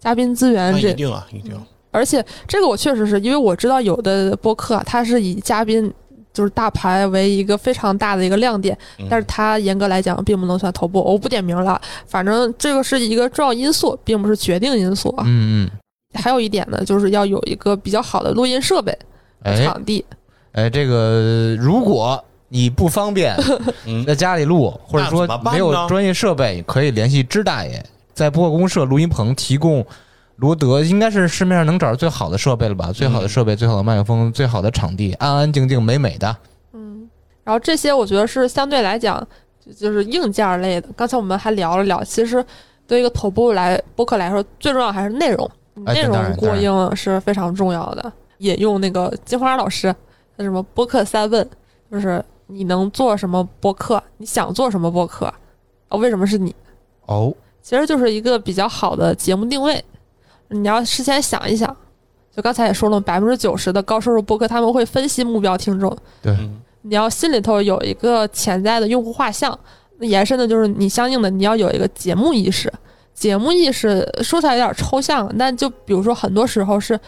嘉宾资源
那
这
一定啊，一定。
而且这个我确实是因为我知道有的播客、啊、它是以嘉宾就是大牌为一个非常大的一个亮点，
嗯
但是它严格来讲并不能算头部。我不点名了，反正这个是一个重要因素，并不是决定因素啊。
嗯嗯，
还有一点呢，就是要有一个比较好的录音设备、
哎
场地。
哎，这个如果你不方便
嗯
在家里录，或者说
那怎么办呢
没有专业设备，可以联系支大爷，在播客公社录音棚提供罗德，应该是市面上能找到最好的设备了
嗯
吧？最好的设备，最好的麦克风，最好的场地，安安静静、美美的。
嗯，然后这些我觉得是相对来讲就就是硬件儿类的。刚才我们还聊了聊，其实对于一个头部来播客来说，最重要还是内容，
哎
内
对当然
容过
当然
硬是非常重要的。也用那个金花老师那什么播客三问，就是你能做什么播客，你想做什么播客，啊，为什么是你？
哦，
其实就是一个比较好的节目定位。你要事先想一想，就刚才也说了，百分之九十的高收入播客他们会分析目标听众，
对
嗯
你要心里头有一个潜在的用户画像，那延伸的就是你相应的你要有一个节目意识。节目意识说起来有点抽象，但就比如说很多时候是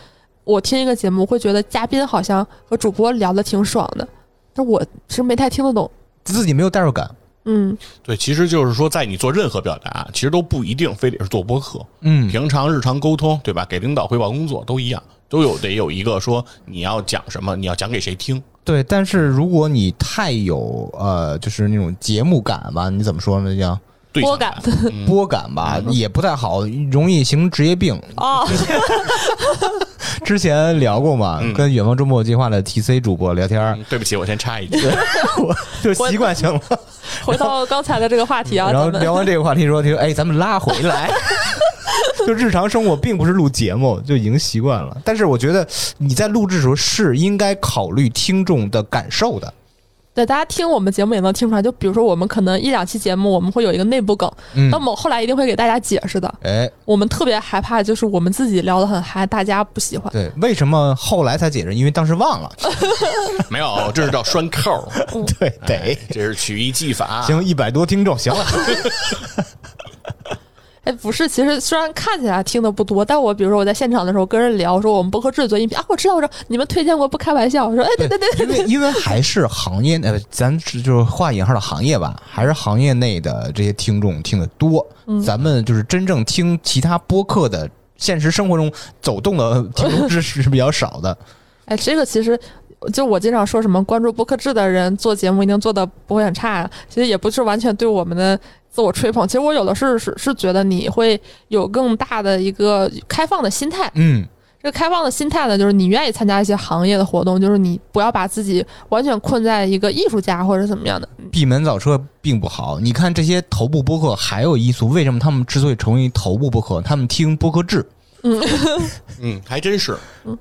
我听一个节目会觉得嘉宾好像和主播聊的挺爽的，但我其实没太听得懂。
自己没有代入感。
嗯，
对，其实就是说，在你做任何表达，其实都不一定非得是做播客，
嗯，
平常日常沟通，对吧？给领导汇报工作都一样，都有得有一个说你要讲什么，你要讲给谁听。
对。但是如果你太有呃，就是那种节目感吧，你怎么说呢？叫
对
播
象
感
感，嗯
播感吧，也不太好，容易形成职业病。
哦，
之前聊过嘛，
嗯
跟远方周末计划的 TC 主播聊天儿，
嗯对不起，我先插一句，
我就习惯性了。
回到刚才的这个话题啊，
然后
咱们
聊完这个话题之后，他说：“哎，咱们拉回来。”就日常生活并不是录节目，就已经习惯了。但是我觉得你在录制的时候是应该考虑听众的感受的。
对大家听我们节目也能听出来，就比如说我们可能一两期节目我们会有一个内部梗，
嗯
那么后来一定会给大家解释的。
哎，
我们特别害怕就是我们自己聊得很嗨，大家不喜欢。
对，为什么后来才解释？因为当时忘了。
没有，这是叫拴扣，
对，
哎
得
这是曲艺技法。
哎行，一百多听众，行了。
哎，不是，其实虽然看起来听的不多，但我比如说我在现场的时候跟人聊，说我们播客制作音频啊，我知道，我知道，你们推荐过，不开玩笑。我说，哎，对对对对
因为因为还是行业呃，咱是就是画引号的行业吧，还是行业内的这些听众听得多。
嗯
咱们就是真正听其他播客的，现实生活中走动的呃听众是是比较少的。
哎，这个其实就我经常说什么关注播客制的人做节目一定做的不会很差，啊其实也不是完全对我们的自我吹捧。其实我有的是是是觉得你会有更大的一个开放的心态。
嗯，
这个开放的心态呢，就是你愿意参加一些行业的活动，就是你不要把自己完全困在一个艺术家或者怎么样的。
闭门造车并不好。你看这些头部播客还有因素，为什么他们之所以成为头部播客，他们听播 客制，
嗯，还真是，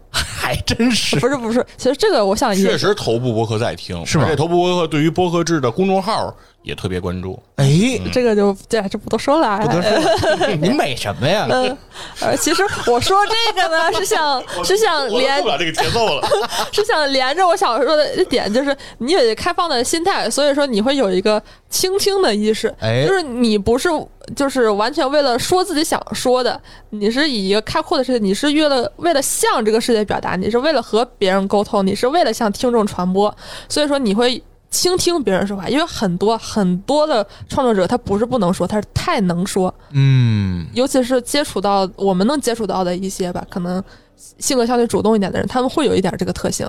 还真是
不是不是，其实这个我想也
确实头部播客在听，
哎是吗
而且头部播客对于播客制的公众号也特别关注。
哎，
这个就这这不多说了啊。
不得 说，你美什么呀？
嗯，呃，其实我说这个呢，是想是
嗯
想
我都
连
受不了这个节奏 了。
是想连着我想说的一点，就是你有一个开放的心态，所以说你会有一个倾听的意识，
哎
就是你不是就是完全为了说自己想说的，你是以一个开阔的世界，你是为了为了向这个世界表达，你是为了和别人沟通，你是为了向听众传播，所以说你会。倾听别人说话，因为很多很多的创作者他不是不能说，他是太能说，
嗯，
尤其是接触到我们能接触到的一些吧，可能性格相对主动一点的人，他们会有一点这个特性。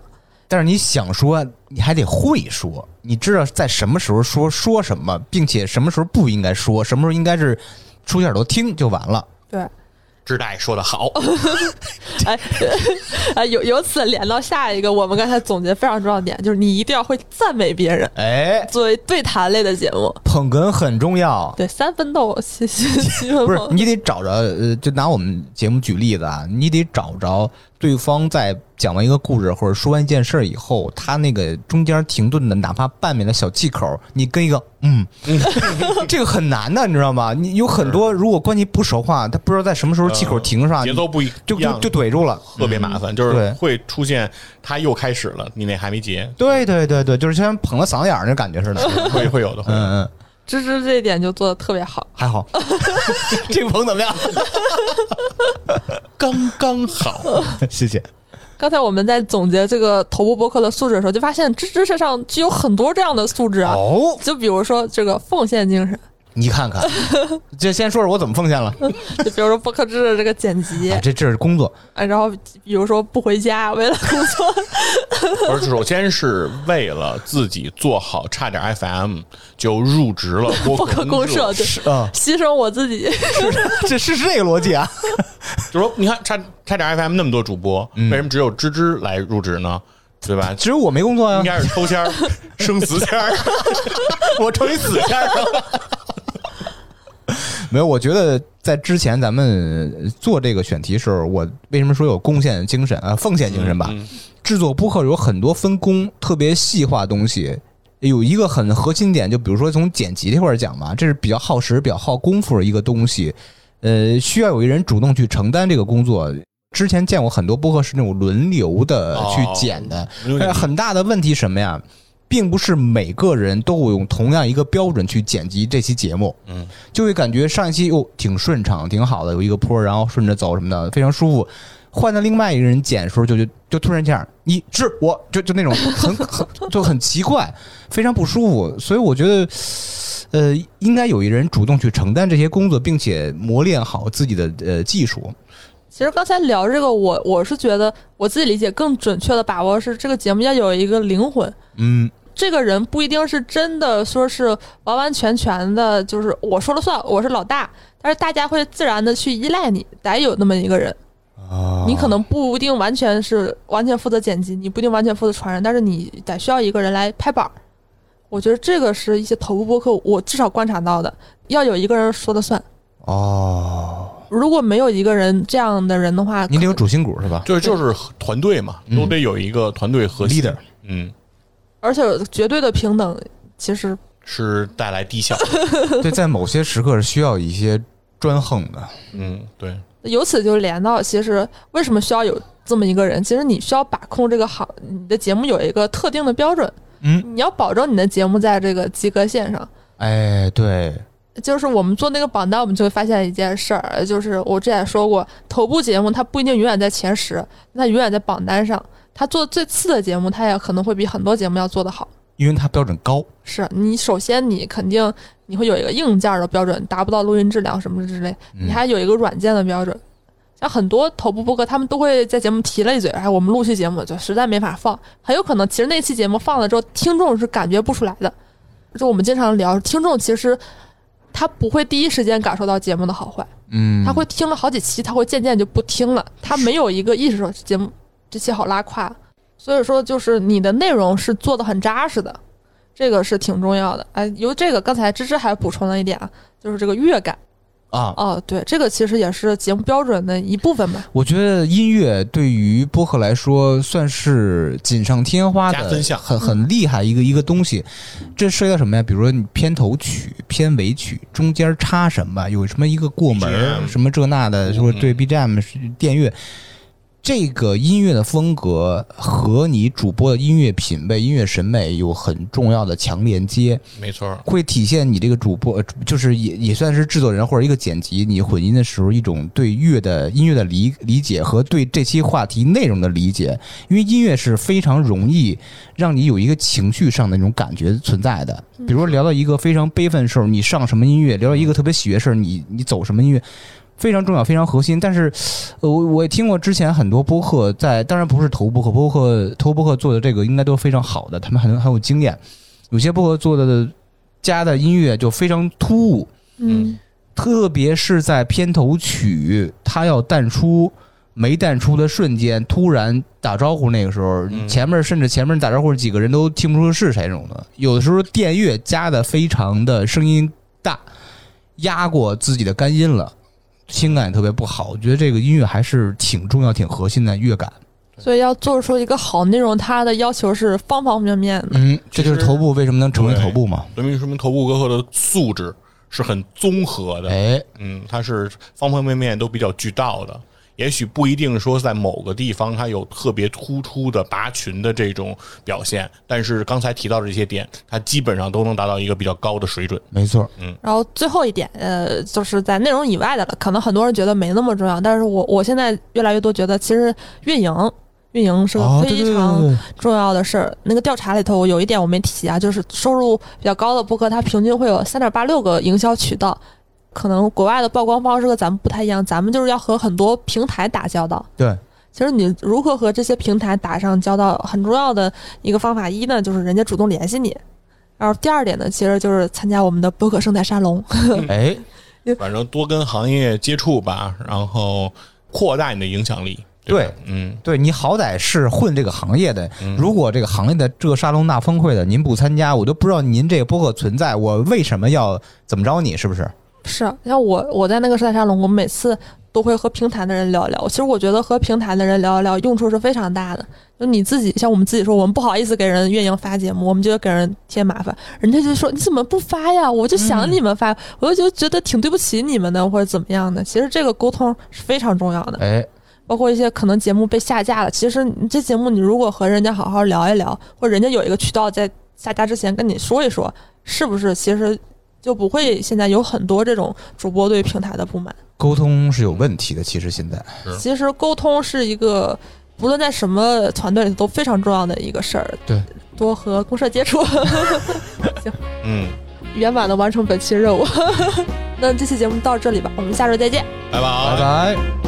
但是你想说，你还得会说，你知道在什么时候说说什么，并且什么时候不应该说，什么时候应该是竖起耳朵听就完了。
对，
志大爷说的好，
哎， 哎，由由此连到下一个，我们刚才总结非常重要的点，就是你一定要会赞美别人。
哎，
作为对谈类的节目，
捧哏很重要。
对三分 逗，七七七分
不是，
捧。
你得找着，呃，就拿我们节目举例子啊，你得找着对方在讲完一个故事或者说完一件事儿以后，他那个中间停顿的哪怕半秒的小气口，你跟一个 嗯，这个很难的，你知道吗？你有很多如果关系不熟的话，他不知道在什么时候 气口停上，
嗯节奏不一
就
一样
就就怼住了。
特别麻烦，就
对
是会出现他又开始了，你那还没结，
对对对对，就是像捧了嗓子眼儿那感觉 似的。
会会有的。会有的
嗯嗯，
芝芝这一点就做的特别好，
还好。 这个捧怎么 样？
刚 刚好，
谢谢。
刚才我们在总结这个头部播客的素质的时候，就发现芝芝身上具有很多这样的素质啊。
哦，
就比如说这个奉献精神，
你看看，这先说说我怎么奉献了。
就比如说播客制的这个剪辑
哎，这这是工作，
啊然后比如说不回家为了工作，
而首先是为了自己做好差点 FM，就入职 了播
不可
客
公社，对，
啊，
牺牲我自己。
这是是这个逻辑啊。
就说你看差差点 FM 那么多主播，为什么只有芝芝来入职呢？对吧？
只有我没工作
应
呀，
该是抽签 儿、生死签 儿，我抽一死签儿。
没有。我觉得在之前咱们做这个选题时候，我为什么说有贡献精神啊，奉献精神吧？制作播客有很多分工，特别细化的东西。有一个很核心点，就比如说从剪辑这块儿讲嘛，这是比较耗时、比较耗功夫的一个东西，呃，需要有一人主动去承担这个工作。之前见过很多播客是那种轮流的
哦
去剪的，
轮流
但是很大的问题是什么呀？并不是每个人都会用同样一个标准去剪辑这期节目，
嗯，
就会感觉上一期哦挺顺畅，挺好的，有一个坡，然后顺着走什么的，非常舒服。换到另外一个人剪的时候，就就就突然这样，你是我就就那种 很很就很奇怪，非常不舒服。所以我觉得，呃，应该有一人主动去承担这些工作，并且磨练好自己的呃技术。
其实刚才聊这个，我我是觉得我自己理解更准确的把握是这个节目要有一个灵魂。
嗯，
这个人不一定是真的说是完完全全的，就是我说了算，我是老大，但是大家会自然的去依赖你，得有那么一个人。
啊
你可能不一定完全是完全负责剪辑，你不一定完全负责传人，但是你得需要一个人来拍板儿。我觉得这个是一些头部播客我至少观察到的，要有一个人说了算。
哦，
如果没有一个人这样的人的话，
你得有
可
主心骨是吧？
就就是团队嘛，
嗯
都得有一个团队核心
Leader
嗯，
而且绝对的平等，其实
是带来低效，
对，在某些时刻是需要一些专横的。
嗯，对，
由此就连到，其实为什么需要有这么一个人？其实你需要把控这个行，你的节目有一个特定的标准，
嗯，
你要保证你的节目在这个及格线上。
哎，对，
就是我们做那个榜单，我们就会发现一件事儿，就是我之前说过，头部节目它不一定永远在前十，它永远在榜单上。它做最次的节目，它也可能会比很多节目要做得好。
因为它标准高。
是你首先你肯定你会有一个硬件的标准，达不到录音质量什么之类，
嗯
你还有一个软件的标准。像很多头部播客，他们都会在节目提了一嘴，哎，我们录期节目就实在没法放，很有可能其实那期节目放了之后，听众是感觉不出来的。就我们经常聊，听众其实他不会第一时间感受到节目的好坏，
嗯，
他会听了好几期，他会渐渐就不听了，他没有一个意识说这节目这期好拉胯，所以说就是你的内容是做的很扎实的，这个是挺重要的。哎，由这个刚才芝芝还补充了一点啊，就是这个乐感
啊，
哦，对，这个其实也是节目标准的一部分吧。
我觉得音乐对于播客来说算是锦上添花的，
加分项
很很厉害一个一个东西。这涉及到什么呀？比如说你片头曲、片尾曲中间插什么，有什么一个过门儿，
BGM
什么这那的，说对
嗯
BGM 是电乐。这个音乐的风格和你主播的音乐品味、音乐审美有很重要的强连接。
没错儿，
会体现你这个主播，呃就是也也算是制作人或者一个剪辑，你混音的时候一种对乐的音乐的理理解和对这期话题内容的理解，因为音乐是非常容易让你有一个情绪上的那种感觉存在的。比如说聊到一个非常悲愤的事儿，你上什么音乐；聊到一个特别喜悦的事儿，你你走什么音乐。非常重要，非常核心。但是，呃，我我也听过之前很多播客在，当然不是头播客，播客头播客做的这个应该都是非常好的，他们很很有经验。有些播客做的加的音乐就非常突兀，
嗯，
特别是在片头曲它要淡出没淡出的瞬间，突然打招呼那个时候，
嗯
前面甚至前面打招呼几个人都听不出是谁这种的。有的时候电乐加的非常的声音大，压过自己的干音了。听感也特别不好，我觉得这个音乐还是挺重要、挺核心的乐感。
所以要做出一个好内容，它的要求是方方面面的。
嗯，这就是
其实
头部为什么能成为
对
头部嘛？
说明说明头部哥哥的素质是很综合的，
哎，
嗯，它是方方面面都比较俱到的。也许不一定说在某个地方它有特别突出的拔群的这种表现，但是刚才提到的这些点，它基本上都能达到一个比较高的水准。
没错，
然后最后一点，呃，就是在内容以外的了，可能很多人觉得没那么重要，但是我我现在越来越多觉得，其实运营运营是个
哦，对
非
对对
常
对对，
重要的事儿。那个调查里头，我有一点我没提啊，就是收入比较高的播客，它平均会有三点八六个营销渠道。可能国外的曝光方式和咱们不太一样，咱们就是要和很多平台打交道。
对，
其实你如何和这些平台打上交道，很重要的一个方法一呢，就是人家主动联系你。然后第二点呢，其实就是参加我们的播客生态沙龙。
哎，
反正多跟行业接触吧，然后扩大你的影响力。对吧，嗯，
对你好歹是混这个行业的，如果这个行业的这个沙龙大峰会的您不参加，我都不知道您这个播客存在，我为什么要怎么着你？是不是？
是，啊像我我在那个时代沙龙，我每次都会和平台的人聊一聊。其实我觉得和平台的人聊一聊用处是非常大的。就你自己，像我们自己说，我们不好意思给人运营发节目，我们就给人添麻烦，人家就说你怎么不发呀？我就想你们发，我就觉得挺对不起你们的，或者怎么样的。其实这个沟通是非常重要的。
哎，
包括一些可能节目被下架了，其实你这节目你如果和人家好好聊一聊，或者人家有一个渠道在下架之前跟你说一说，是不是其实就不会现在有很多这种主播对平台的不满。
沟通是有问题的，其实现在
是
其实沟通是一个不论在什么团队里都非常重要的一个事儿。
对，
多和公社接触，
嗯，
圆 满的完成本期任务。那这期节目到这里吧，我们下周再见。
拜拜。
拜拜。